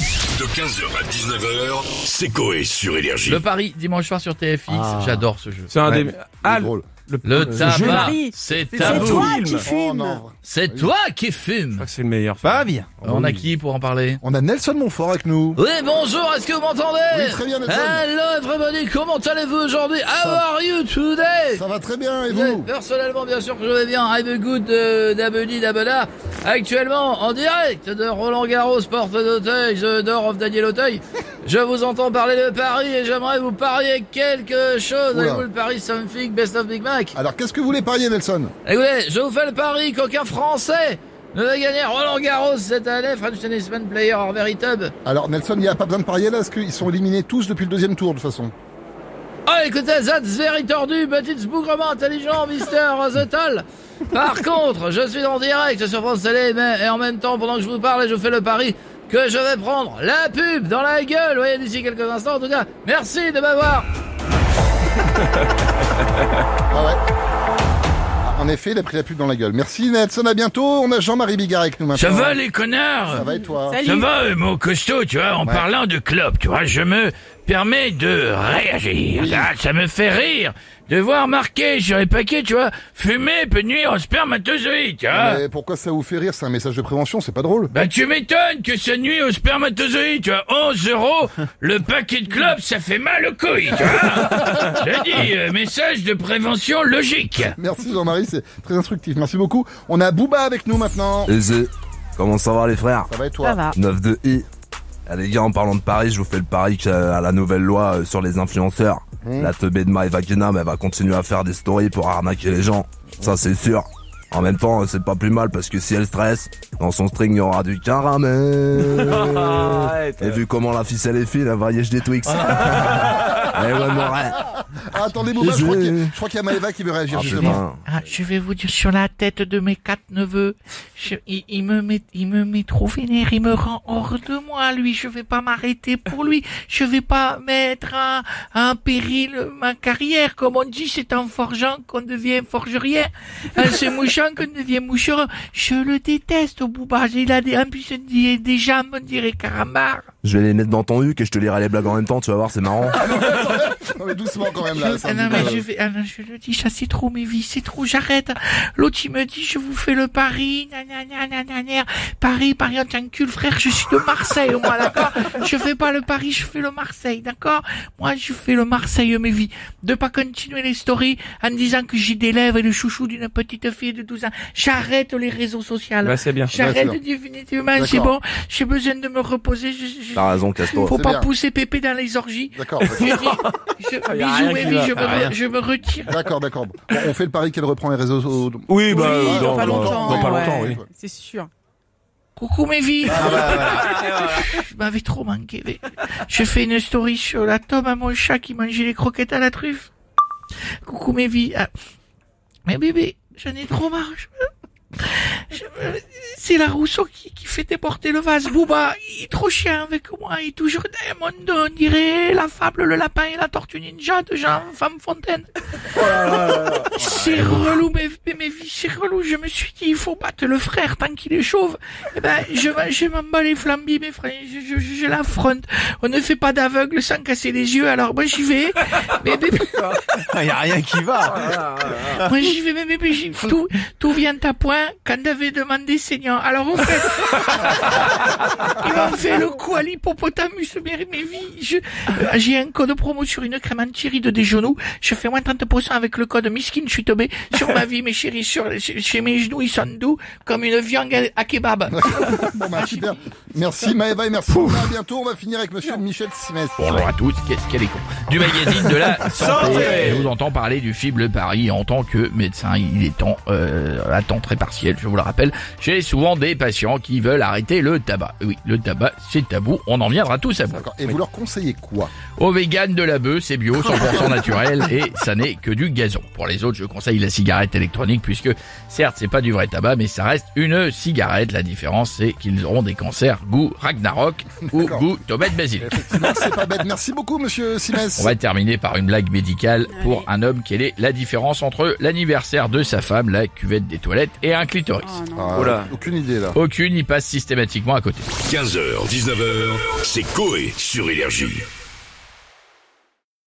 De 15h à 19h, c'est Coé sur Énergie. Le Paris, dimanche soir sur TFX, j'adore ce jeu. C'est un des. Ah, drôle. le, Le le- tabac, je- Je c'est C'est tabou. toi qui fumes C'est toi qui fume. crois que c'est le meilleur. Pas bien. On a qui pour en parler Ah On a Nelson Montfort avec nous. Oui, bonjour, est-ce que vous m'entendez Oui, très bien, Nelson. Hello everybody, comment allez-vous aujourd'hui How are you today Ça va très bien et Oui, vous Personnellement, bien sûr que je vais bien. I'm a good euh, d'Abedi d'Abela. Actuellement, en direct de Roland Garros, porte d'Auteuil, je dors of Daniel Auteuil. Je vous entends parler de Paris et j'aimerais vous parier quelque chose. Oula. Avez-vous le Paris Something Best of Big Mac Alors qu'est-ce que vous voulez parier Nelson Écoutez, Eh je vous fais le pari qu'aucun Français ne va gagner Roland Garros cette année. French Tennisman Player or Veritable. Alors Nelson, il n'y a pas besoin de parier là, parce qu'ils sont éliminés tous depuis le deuxième tour de toute façon. Oh, écoutez, that's very tordu, but it's bougrement intelligent, Mister Zotal. Par contre, je suis en direct sur France Télé, mais, et en même temps, pendant que je vous parle, je fais le pari que je vais prendre la pub dans la gueule, vous voyez, d'ici quelques instants. En tout cas, merci de m'avoir. Ah ouais. Ah, En effet, il a pris la pub dans la gueule. Merci Nelson, à bientôt. On a Jean-Marie Bigard avec nous maintenant. les connards Ça va et toi Salut. Ça va, euh, mon costaud, tu vois, en Ouais. parlant de clope, tu vois, je me permets de réagir. Ça, ça me fait rire de voir marqué sur les paquets, tu vois, fumer peut nuire aux spermatozoïdes, tu vois. Ah. Mais Ah. pourquoi ça vous fait rire C'est un message de prévention, c'est pas drôle. Bah tu m'étonnes que ça nuit aux spermatozoïdes, tu vois, 11 euros, le paquet de clopes, Oh, ça fait mal aux couilles, tu vois. Je dis, euh, message de prévention logique. Merci Jean-Marie, c'est très instructif. Merci beaucoup. On a Booba avec nous maintenant. Aisé. Comment ça va les frères Ça va et toi Ça va. 9 de I. Eh, les gars, en parlant de Paris, je vous fais le pari qu'à la nouvelle loi euh, sur les influenceurs, Mmh. la teubée de Maï Vakenam, elle va continuer à faire des stories pour arnaquer les gens. Ça, c'est sûr. En même temps, euh, c'est pas plus mal parce que si elle stresse, dans son string, il y aura du caramel. Et vu comment la ficelle est fine, elle va yèche des Twix. Eh ouais, Moret. Ah, Attendez Booba, je crois Désolé. qu'il y a- je crois qu'il y a Maëva qui veut réagir Ah, justement. putain. Ah, je vais vous dire, sur la tête de mes quatre neveux, je- il, il me met, il me met trop vénère, il me rend hors de moi, lui, je vais pas m'arrêter pour lui, je vais pas mettre à, à péril ma carrière, comme on dit, c'est en forgeant qu'on devient forgerien, hein, c'est mouchant qu'on devient moucheron, je le déteste, Bouba, il a des, en plus, il a des jambes, on dirait carambar. Je vais les mettre dans ton huc et je te lirai les blagues en même temps, tu vas voir, c'est marrant. Non mais doucement quand même là. Je- c'est ah un non, petit mais peu- je vais, ah non, je le dis, ça c'est trop mes vies, c'est trop, j'arrête. L'autre il me dit, je vous fais le pari, nanana, nanana, Paris, Paris, on t'encule, frère, je suis de Marseille, moi, d'accord? Je fais pas le Paris, je fais le Marseille, d'accord? Moi, je fais le Marseille, mes vies. De pas continuer les stories en disant que j'ai des lèvres et le chouchou d'une petite fille de 12 ans. J'arrête les réseaux sociaux. Bah, c'est bien. D'accord. J'arrête définitivement, c'est D'accord. Bah, bon. J'ai besoin de me reposer. Je, je- T'as raison, Casto. faut c'est pas bien. pousser Pépé dans les orgies. D'accord. d'accord. Je, je, bisous, Evie, je, me, re- je me retire. D'accord, d'accord. Bon, on fait le pari qu'elle reprend les réseaux. sociaux. Oui, bah, Oui, dans, Euh, dans pas longtemps, dans pas ouais. longtemps, oui. C'est sûr. Coucou mes vies Je m'avais trop manqué. mais Je fais une story sur la tome à mon chat qui mangeait les croquettes à la truffe. Coucou mes vies. Ah. Mais bébé, j'en ai trop marre. Je- je- C'est la Rousseau qui, qui fait déporter le vase. Booba, il est trop chien avec moi. Il est toujours dans mon dos. On dirait la fable, le lapin et la tortue ninja de Jean Femme Fontaine. C'est relou, mes, mes, mes vies, c'est relou. Je me suis dit, il faut battre le frère tant qu'il est chauve. Eh ben, je, m'en- je m'en bats les flambis, mes frères. Je, je, je, je l'affronte. On ne fait pas d'aveugle sans casser les yeux, alors moi j'y vais. Mais, mais, Il a rien qui va. moi j'y vais, mais, mais, mais j'y- tout, tout vient à point quand avait demandé Seigneur. Alors au fait, ils m'ont fait le coup à l'hippopotamus, mes, mes vies. Je- euh, j'ai un code promo sur une crème anti-ride des genoux. Je fais moins 30% avec le code Miskin, je suis tombé sur ma vie, mes chéris, sur, chez mes genoux, ils sont doux comme une viande à- à kebab. Bon, bah, super. Merci Maëva et merci. Booba. À bientôt. On va finir avec Monsieur Michel Simès. Bonjour à tous, qu'est-ce qu'elle est con. Du magazine de la santé, je vous entends parler du fibre Paris en tant que médecin, il est temps euh, à temps très partiel, je vous le rappelle. J'ai souvent des patients qui veulent arrêter le tabac. Oui, le tabac, c'est tabou, on en viendra tous à bout. D'accord. Et vous leur conseillez quoi Au vegan de la bœuf, c'est bio, 100% naturel et ça n'est que du gazon. Pour les autres, je conseille la cigarette électronique puisque certes, c'est pas du vrai tabac mais ça reste une cigarette. La différence, c'est qu'ils auront des cancers goût Ragnarok ou D'accord. goût tomate basilic. Effectivement, c'est pas bête. Merci beaucoup Monsieur Simès. On va terminer par une blague médicale pour Allez. un homme. Quelle est la différence entre l'anniversaire de sa femme, la cuvette des toilettes et un un clitoris. Ah, Oh là. Aucune idée là. Aucune n'y passe systématiquement à côté. 15h, 19h, c'est Coé sur Énergie.